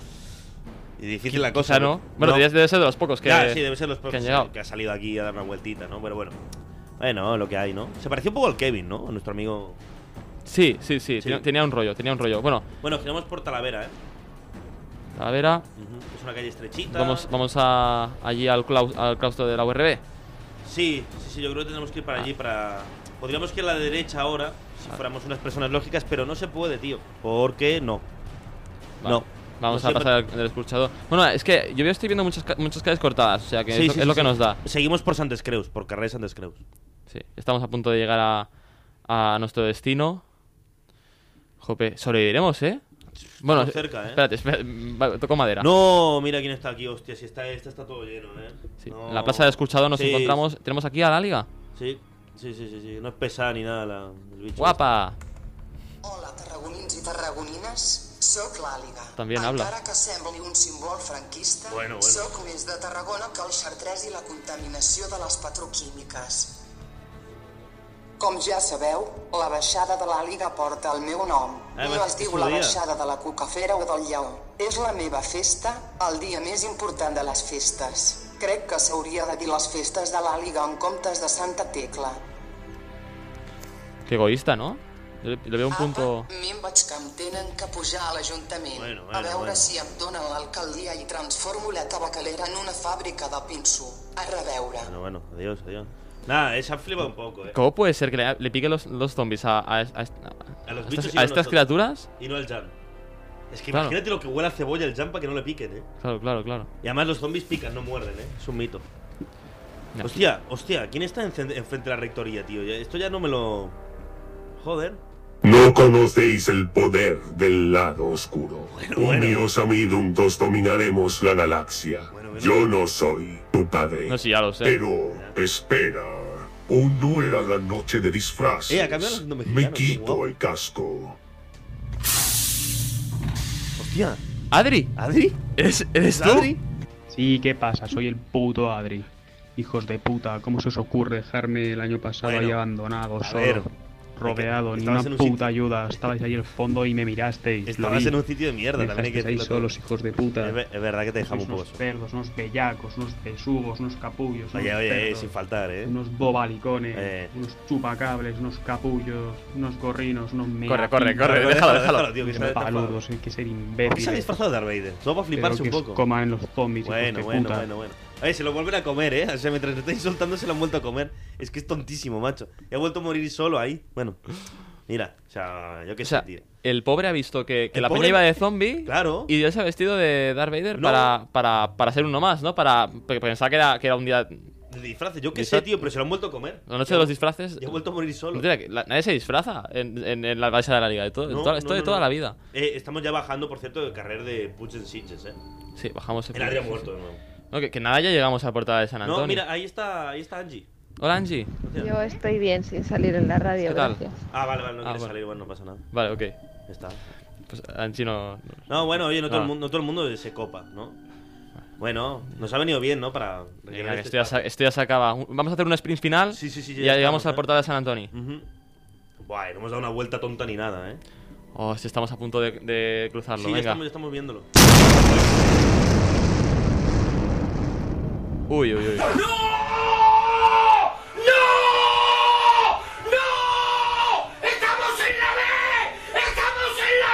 B: Y difícil la
C: Quizá
B: cosa.
C: no. Bueno, debes- debe ser de los pocos que-
B: Ya, sí, debe ser de los
C: que
B: pocos
C: han llegado.
B: ha salido aquí a dar una vueltita, ¿no? Pero bueno. Bueno, lo que hay, ¿no? Se pareció un poco al Kevin, ¿no? A nuestro amigo.
C: Sí, sí, sí, tenía- Tenía un rollo, tenía un rollo. Bueno,
B: Bueno, giramos por Talavera, ¿eh?
C: Talavera.
B: Ujú. Es una calle estrechita.
C: Vamos, vamos a, allí al, claus- al claustro de la URB.
B: Sí, sí, sí, yo creo que tenemos que ir
C: Ah.
B: para allí para. Podríamos que ir a la derecha ahora, si fuéramos unas personas lógicas, pero no se puede, tío. Porque no.
C: Vale.
B: No.
C: Vamos
B: No
C: a
B: sé,
C: pasar al- del escuchador. Bueno, es que yo veo- estoy viendo muchas, ca- muchas calles cortadas, o sea que
B: Sí,
C: es, lo-
B: sí,
C: es
B: sí,
C: lo que
B: sí.
C: nos da.
B: Seguimos por Santes Creus, por carrera de Santes Creus.
C: Sí, estamos a punto de llegar a, a nuestro destino. Jope, sobreviviremos, ¿eh? Bueno,
B: Estamos cerca, ¿eh?
C: espérate, espérate, va- toco madera.
B: No, mira quién está aquí, hostia, si está, esta está todo lleno, eh.
C: Sí,
B: No.
C: En la plaza de escuchador nos
B: Sí,
C: encontramos. Tenemos aquí a la liga.
B: Sí, sí, sí, sí, sí, no es pesada ni nada la, el bicho.
C: ¡Guapa!
T: Hola, tarragonins i tarragonines. Soc l'Àliga.
C: També habla.
T: Encara que sembli un símbol franquista,
C: Bueno, bueno.
T: soc més de Tarragona que el xartrés i la contaminació de les petroquímiques. Com ja sabeu, la baixada de l'Àliga porta el meu nom.
U: Ah,
C: Eh,
T: no
U: vas-
T: es diu
U: vas
T: la
U: dir.
T: baixada de la cucafera o del lleó. És la meva festa, el dia més important de les festes. Crec que s'hauria de dir les festes de l'Àliga en comptes de Santa Tecla.
C: Qué egoísta, ¿no? Yo le, le veo un punto.
T: A mi em vaig que em tenen que pujar a l'Ajuntament
C: Bueno,
T: a
C: bueno,
T: veure
C: bueno.
T: si em donen l'alcaldia i transformo la tabacalera en una fàbrica de pinso. A reveure.
B: Bueno, este. bueno, adiós, adiós. Nada, esa flipa un poco, eh.
C: ¿Cómo puede ser que le, le piquen los, los zombies a, a, es- a est-
B: A los
C: a
B: bichos
C: estas,
B: y no
C: a
B: a
C: estas
B: nosotros.
C: criaturas?
B: Y no al Jan. Es que
C: Claro.
B: imagínate lo que huele a cebolla el Jan para que no le piquen, eh.
C: Claro, claro, claro.
B: Y además los zombies pican, no muerden, ¿eh? Es un mito. Hostia, hostia, ¿quién está enfrente enfrente de la rectoría, tío? Ya- Esto ya no me lo... Joder.
V: No conocéis el poder del lado oscuro. Unidos a mí, Duntos, dominaremos la galaxia. Yo no soy tu padre.
C: No, sí, ya lo sé.
V: Pero, espera. Aún no era la noche de disfraz.
B: Eh, ha cambiado el acento mexicano,
V: Me
B: qué guapo.
V: quito el casco.
B: Hostia.
C: ¿Adri?
B: ¿Adri?
C: ¿Eres, eres tú?
W: Sí, ¿qué pasa? Soy el puto Adri. Hijos de puta, ¿cómo se os ocurre dejarme el año pasado
B: Bueno,
W: ahí abandonado,
B: a
W: solo,
B: ver.
W: rodeado, ni una
B: estabas en un sitio-
W: puta ayuda. Estabais ahí al fondo y me mirasteis. lo
B: Estabas
W: vi.
B: en un sitio de mierda,
W: Me
B: también hay que
W: dejasteis ahí
B: decirlo
W: solos,
B: todo.
W: hijos de puta.
B: Es ve- es verdad que te dejamos un
W: Sois Unos perros, unos bellacos, unos besugos, unos capullos.
B: Oye,
W: unos
B: oye, eh,
W: perros,
B: sin faltar, ¿eh?
W: Unos bobalicones,
B: Eh.
W: unos chupacables, unos capullos, unos gorrinos, unos mea
C: Corre, corre,
W: pintas.
C: corre, déjalo, déjalo,
B: tío, que
W: Qué
B: se ha disfrazado.
W: paludos, hay que ser
B: ¿Por qué se ha
W: imbéciles.
B: disfrazado de Darth Vader? Todo para
W: Pero
B: fliparse un
W: que os
B: poco.
W: coman los zombies, hijos
B: Bueno,
W: de
B: bueno,
W: puta.
B: bueno, bueno. A ver, se lo vuelven a comer, ¿eh? O sea, mientras lo estáis soltando se lo han vuelto a comer. Es que es tontísimo, macho. Y ha vuelto a morir solo ahí. Bueno, mira, o sea, yo qué
C: O sea,
B: sé, tío.
C: el pobre ha visto que, que
B: El
C: la
B: pobre-
C: peña iba de zombie
B: Claro.
C: y ya se ha vestido de Darth Vader
B: No.
C: para, para, para ser uno más, ¿no? Para, porque pensaba que era, que era un día...
B: De disfraces, yo qué sé,
C: Disfraz-
B: tío, pero se lo han vuelto a comer.
C: La noche de los disfraces...
B: Y ha vuelto a morir solo.
C: No tiene que- la- nadie se disfraza en, en- en la base de la liga. De todo, de
B: No,
C: toda-
B: no,
C: esto de
B: no,
C: toda
B: no.
C: la vida.
B: Eh, estamos ya bajando, por cierto, el carrer de Puts and Sitges, ¿eh?
C: Sí, bajamos...
B: El Adria muerto de nuevo.
C: No, que, que nada, ya llegamos a la portada de San Antonio.
B: No, mira, ahí está, ahí está Angie.
C: Hola, Angie.
A: Yo estoy bien sin salir en la radio,
C: ¿Qué tal?
A: gracias.
B: Ah, vale, vale, no
C: Ah,
B: quieres
C: bueno.
B: salir, bueno, no pasa nada.
C: Vale, ok.
B: Está.
C: Pues Angie no...
B: No, bueno, oye, no todo,
C: Ah.
B: el, mundo, no todo el mundo se copa, ¿no? Bueno, nos ha venido bien, ¿no? Para
C: Venga,
B: rellenar
C: que
B: este
C: esto, ya se, esto ya se acaba. Un- Vamos a hacer un sprint final
B: Sí, sí, sí,
C: y
B: ya
C: ya llegamos
B: estamos,
C: a la
B: ¿eh?
C: portada de San Antonio.
B: Ujú. Buah, no hemos dado una vuelta tonta ni nada, ¿eh?
C: Oh, si estamos a punto de, de cruzarlo,
B: sí, ya
C: venga.
B: estamos, ya estamos viéndolo.
C: Uy, uy, uy.
D: ¡Estamos en la B! ¡Estamos en la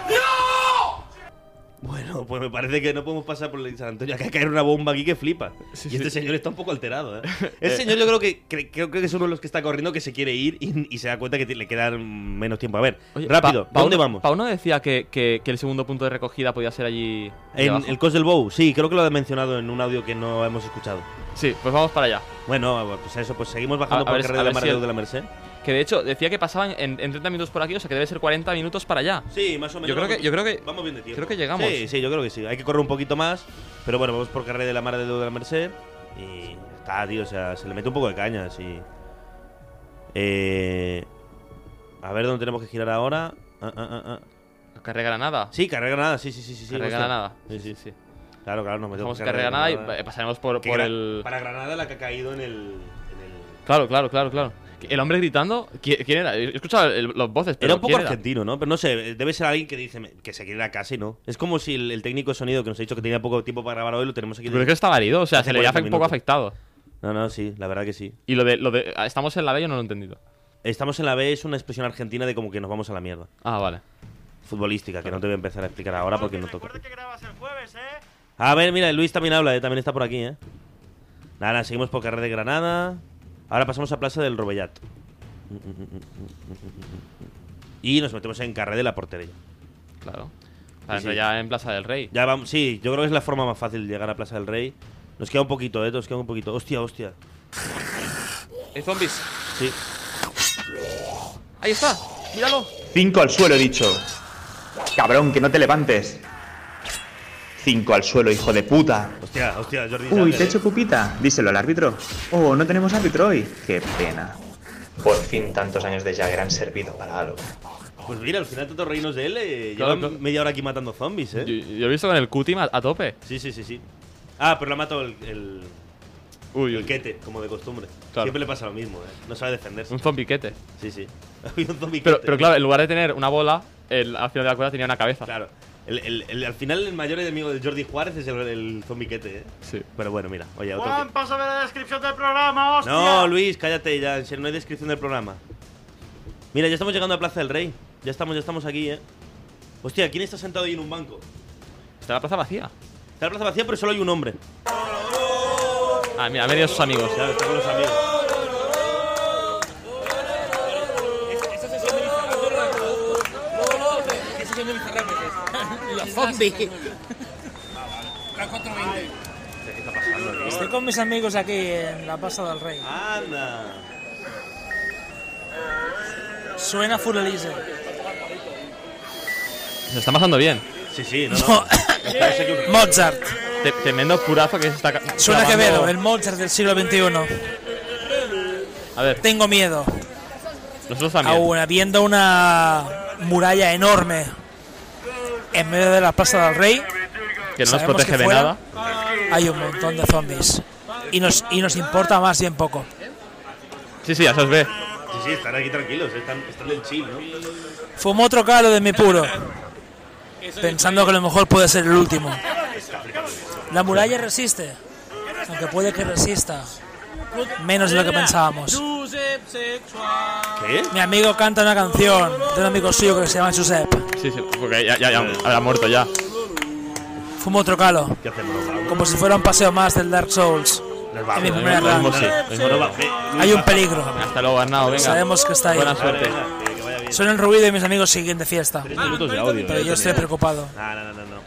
D: B! ¡No! ¡No! ¡No! ¡No!
B: Bueno, pues me parece que no podemos pasar por el San Antonio. Acá caer una bomba aquí que flipa. y este señor está un poco alterado, ¿eh? Este señor yo creo que, cre- creo, creo que es uno de los que está corriendo que se quiere ir y, y se da cuenta que te- le quedan menos tiempo. A ver, rápido,
C: Pa-
B: ¿pa dónde
C: Pauno-
B: vamos?
C: Pauno decía que, que- que el segundo punto de recogida podía ser allí.
B: En el Cos del Bow, sí, creo que lo ha mencionado en un audio que no hemos escuchado.
C: Sí, pues vamos para allá.
B: Bueno, pues eso, pues seguimos bajando por el carril de la Maradona de la Merced.
C: Que de hecho decía que pasaban en, en 30 minutos por aquí, o sea que debe ser 40 minutos para allá.
B: Sí, más o menos.
C: Yo creo
B: vamos-
C: que, yo creo que
B: vamos bien de tiempo.
C: creo que llegamos.
B: Sí, sí, yo creo que sí. Hay que correr un poquito más, pero bueno, vamos por carrera de la Mar de Deuda de la Merced y ya está, tío, o sea, se le mete un poco de caña, sí. Eh, a ver dónde tenemos que girar ahora. Ah, ah, ah, ah.
C: Carrera Granada.
B: Sí, Carrera Granada, sí, sí, sí, sí, sí.
C: Carrera
B: hostia.
C: Granada.
B: Sí, sí, sí. Claro, claro, nos metemos
C: Bajamos Carrera Granada y eh, pasaremos por,
B: Que
C: por
B: gra-
C: el.
B: Para Granada la que ha caído en el... en el-
C: Claro, claro, claro, claro. El hombre gritando, ¿qui- ¿quién era? He escuchado el- los voces, pero
B: Era un poco
C: ¿quién
B: argentino, ¿no? Pero no sé, debe ser alguien que dice que se quiere ir a casa y no. Es como si el, el técnico de sonido que nos ha dicho que tenía poco tiempo para grabar hoy lo tenemos aquí.
C: Pero es que estaba herido, o sea,
B: hace
C: se le veía
B: 40
C: un poco
B: minutos.
C: afectado.
B: No, no, sí, la verdad que sí.
C: Y lo de, lo de ah, estamos en la B, yo no lo he entendido.
B: Estamos en la B, es una expresión argentina de como que nos vamos a la mierda.
C: Ah, vale.
B: Futbolística, que no te voy a empezar a explicar ahora porque no toca. A ver, mira, Luis también habla, eh, también está por aquí, ¿eh? Nada, nada, seguimos por Carrera de Granada. Ahora pasamos a Plaza del Robellat. Y nos metemos en Carrera de la Portería.
C: Claro.
B: Sí,
C: Para
B: sí.
C: ya en Plaza del Rey.
B: Ya vamos, sí, yo creo que es la forma más fácil de llegar a Plaza del Rey. Nos queda un poquito, eh, nos queda un poquito. Hostia, hostia.
C: ¡Hay zombies!
B: Sí.
C: ¡Ahí está! ¡Míralo!
I: Cinco al suelo, he dicho. Cabrón, que no te levantes. Cinco al suelo, hijo de puta.
B: Hostia, hostia, Jordi.
I: Uy,
B: Sander,
I: te
B: eh.
I: he hecho pupita. Díselo al árbitro. Oh, no tenemos árbitro hoy. Qué pena. Por fin tantos años de Jagger han servido para algo.
B: Pues mira, al final tantos reinos de él. eh,
C: Claro,
B: llevan media hora aquí matando zombies, eh.
C: Yo, yo he visto con el Q-Team a, a tope.
B: Sí, sí, sí, sí. Ah, pero la ha matado el, el,
C: Uy,
B: el quete, como de costumbre.
C: Claro.
B: Siempre le pasa lo mismo, ¿eh? No sabe defenderse.
C: Un zombiquete.
B: Sí, sí. Había un zombie
C: Pero,
B: quete.
C: pero claro, en lugar de tener una bola, el- al final de la cuerda tenía una cabeza.
B: Claro. El- el- el- al final el mayor enemigo de Jordi Juárez es el, el zombiquete, ¿eh? Sí. Pero bueno, mira. Oye, otro
U: Juan, pasa a ver la descripción del programa, hostia.
B: No, Luis, cállate ya, en serio, no hay descripción del programa. Mira, ya estamos llegando a Plaza del Rey. Ya estamos, ya estamos aquí, eh. Hostia, ¿quién está sentado ahí en un banco?
C: Está la plaza vacía.
B: Está la plaza vacía, pero solo hay un hombre.
C: Ah, mira, han venido sus amigos.
B: Claro, está con los amigos.
X: Los zombies.
B: ¿Qué está pasando? tío?
X: Estoy con mis amigos aquí en la Plaza del Rey.
B: Anda.
X: Suena Full Elise.
C: Se está pasando bien.
B: Sí, sí, no, no.
X: Mozart.
C: Te- Tremendo curazo que se está. ca-
X: Suena
C: clavando.
X: Quevedo, ¿eh? el Mozart del siglo XXI.
C: A ver,
X: Tengo miedo.
C: nosotros también.
X: Aún habiendo una muralla enorme en medio de la Plaza del Rey,
C: Que no nos
X: sabemos
C: protege
X: que
C: de
X: fuera
C: nada.
X: Hay un montón de zombies. y nos, y nos importa más bien poco.
C: Sí, sí, ya se os ve.
B: Sí, sí, están aquí tranquilos, están, están del chill, ¿no?
X: Fumó otro calo de mi puro, pensando que a lo mejor puede ser el último. La muralla resiste, aunque puede que resista. Menos de lo que pensábamos.
B: ¿Qué?
X: Mi amigo canta una canción de un amigo suyo que se llama Josep.
C: Sí, sí, porque ya, ya, ya habrá muerto ya.
X: Fumo otro calo.
B: ¿Qué hacemos? Raúl?
X: Como si fuera un paseo más del Dark Souls.
B: Nos vamos.
X: En
B: ¿eh?
X: mi
B: Nos
X: primera
C: vamos,
X: run.
C: sí. Venga, nos vamos. Ve-
X: Hay un peligro.
C: Hasta luego, Arnau, venga.
X: Sabemos que está ahí.
C: Buena suerte.
B: Venga, que vaya bien.
X: Son el ruido y mis amigos siguen de fiesta.
B: Tres minutos de audio.
X: Pero
B: eh,
X: yo estoy
B: tenía.
X: preocupado.
B: No, no, no, no.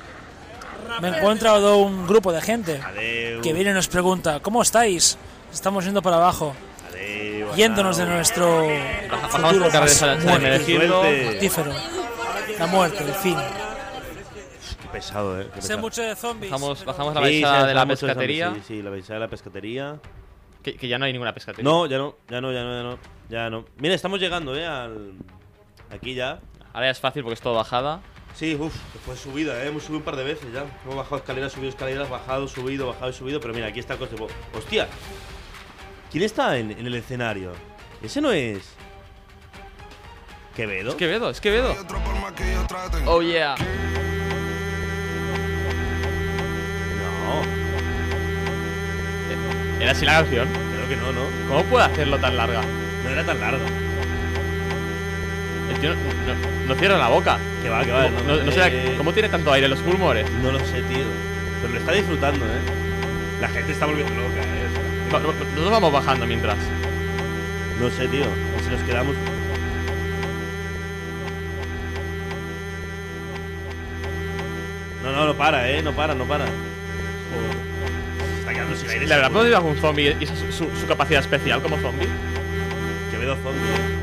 X: Me he encontrado un grupo de gente
B: Adeu.
X: que viene y nos pregunta, ¿cómo estáis? Estamos yendo para abajo,
B: Adeu,
X: yéndonos de
B: Arnau.
X: nuestro
C: Bajamos
X: futuro
C: por carreras
X: más
C: al- al
X: muerto,
C: Hermenegildo.
X: mortífero. La muerte, el fin.
B: Qué pesado, eh. qué
X: Sé
B: pesado.
X: mucho de zombies.
C: Bajamos,
X: pero-
C: bajamos la
B: Sí,
C: baixada
B: se
C: de la
B: dejamos el zombie,
C: pescatería.
B: Sí, sí, la baixada de la pescatería.
C: Que, que ya no hay ninguna pescatería.
B: No, ya no, ya no, ya no, ya no. Ya no. Mira, estamos llegando, eh, al. Aquí ya.
C: Ahora ya es fácil porque es todo bajada.
B: Sí, uff, después de subida, ¿eh? hemos subido un par de veces ya. Hemos bajado escaleras, subido escaleras, bajado, subido, bajado y subido. Pero mira, aquí está el coche. ¡Hostia! ¿Quién está en, en el escenario? Ese no es. ¿Quevedo?
C: Es Quevedo, es Quevedo. Oh yeah.
B: No,
C: Era así la canción.
B: creo que no, ¿no?
C: ¿Cómo puede hacerlo tan larga?
B: No era tan larga.
C: El tío no, no- no cierra la boca.
B: Que va, que va.
C: No, no sé,
B: eh,
C: ¿Cómo tiene tanto aire en los pulmones?
B: No lo sé, tío. Pero lo está disfrutando, ¿eh? La gente está volviendo loca, ¿eh? O sea,
C: Va- va- Nosotros vamos bajando mientras.
B: No sé, tío. O Si nos quedamos. No, no, no para, eh. No para, no para. Joder. Se Está quedando sin aire.
C: La verdad,
B: seguro.
C: ¿podemos ir a un zombie y esa es su, su capacidad especial como zombie?
B: Quevedo zombie. eh.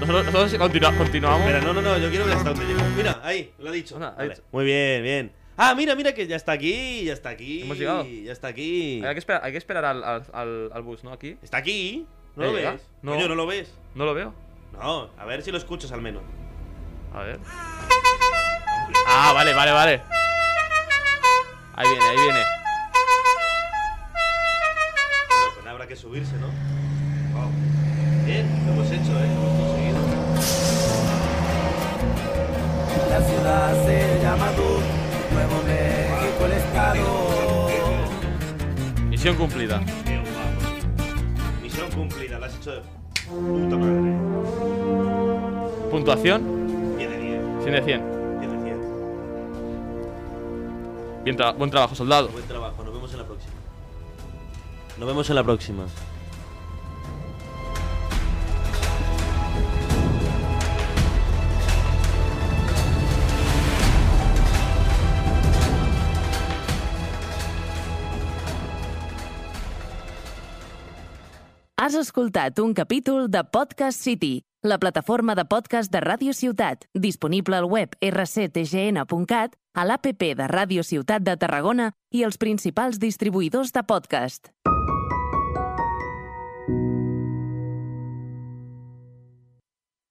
C: Nosotros, nosotros continua- continuamos.
B: Espera, no, no, no. Yo quiero ver hasta dónde llego. Mira, ahí, lo ha dicho.
C: Hola, ha
B: Vale.
C: dicho.
B: Muy bien, bien. Ah, mira, mira que ya está aquí, ya está aquí.
C: Hemos llegado.
B: Ya está aquí.
C: Hay que esperar, hay que esperar al, al, al- al bus, ¿no? Aquí.
B: Está aquí. ¿No lo
C: Ya llega.
B: ves?
C: Eh, No.
B: Coño, no lo ves.
C: No lo veo.
B: No, a ver si lo escuchas al menos.
C: A ver. Ah, vale, vale, vale. Ahí viene, ahí viene.
B: Bueno, pues habrá que subirse, ¿no? Wow. Bien, lo hemos hecho, ¿eh? Lo hemos conseguido.
D: La ciudad se llama tú, Nuevo México el estado.
C: Misión cumplida.
B: Tío, vamos. Misión cumplida, la has hecho de puta madre.
C: Puntuación
B: 10 de 10,
C: 100 de 100.
B: 10 de 10.
C: Bien tra- buen trabajo, soldado.
B: Buen trabajo, nos vemos en la próxima. Nos vemos en la próxima.
E: Has escoltat un capítol de Podcast City, la plataforma de podcast de Ràdio Ciutat, disponible al web rctgn.cat, a l'APP de Ràdio Ciutat de Tarragona i els principals distribuïdors de podcast.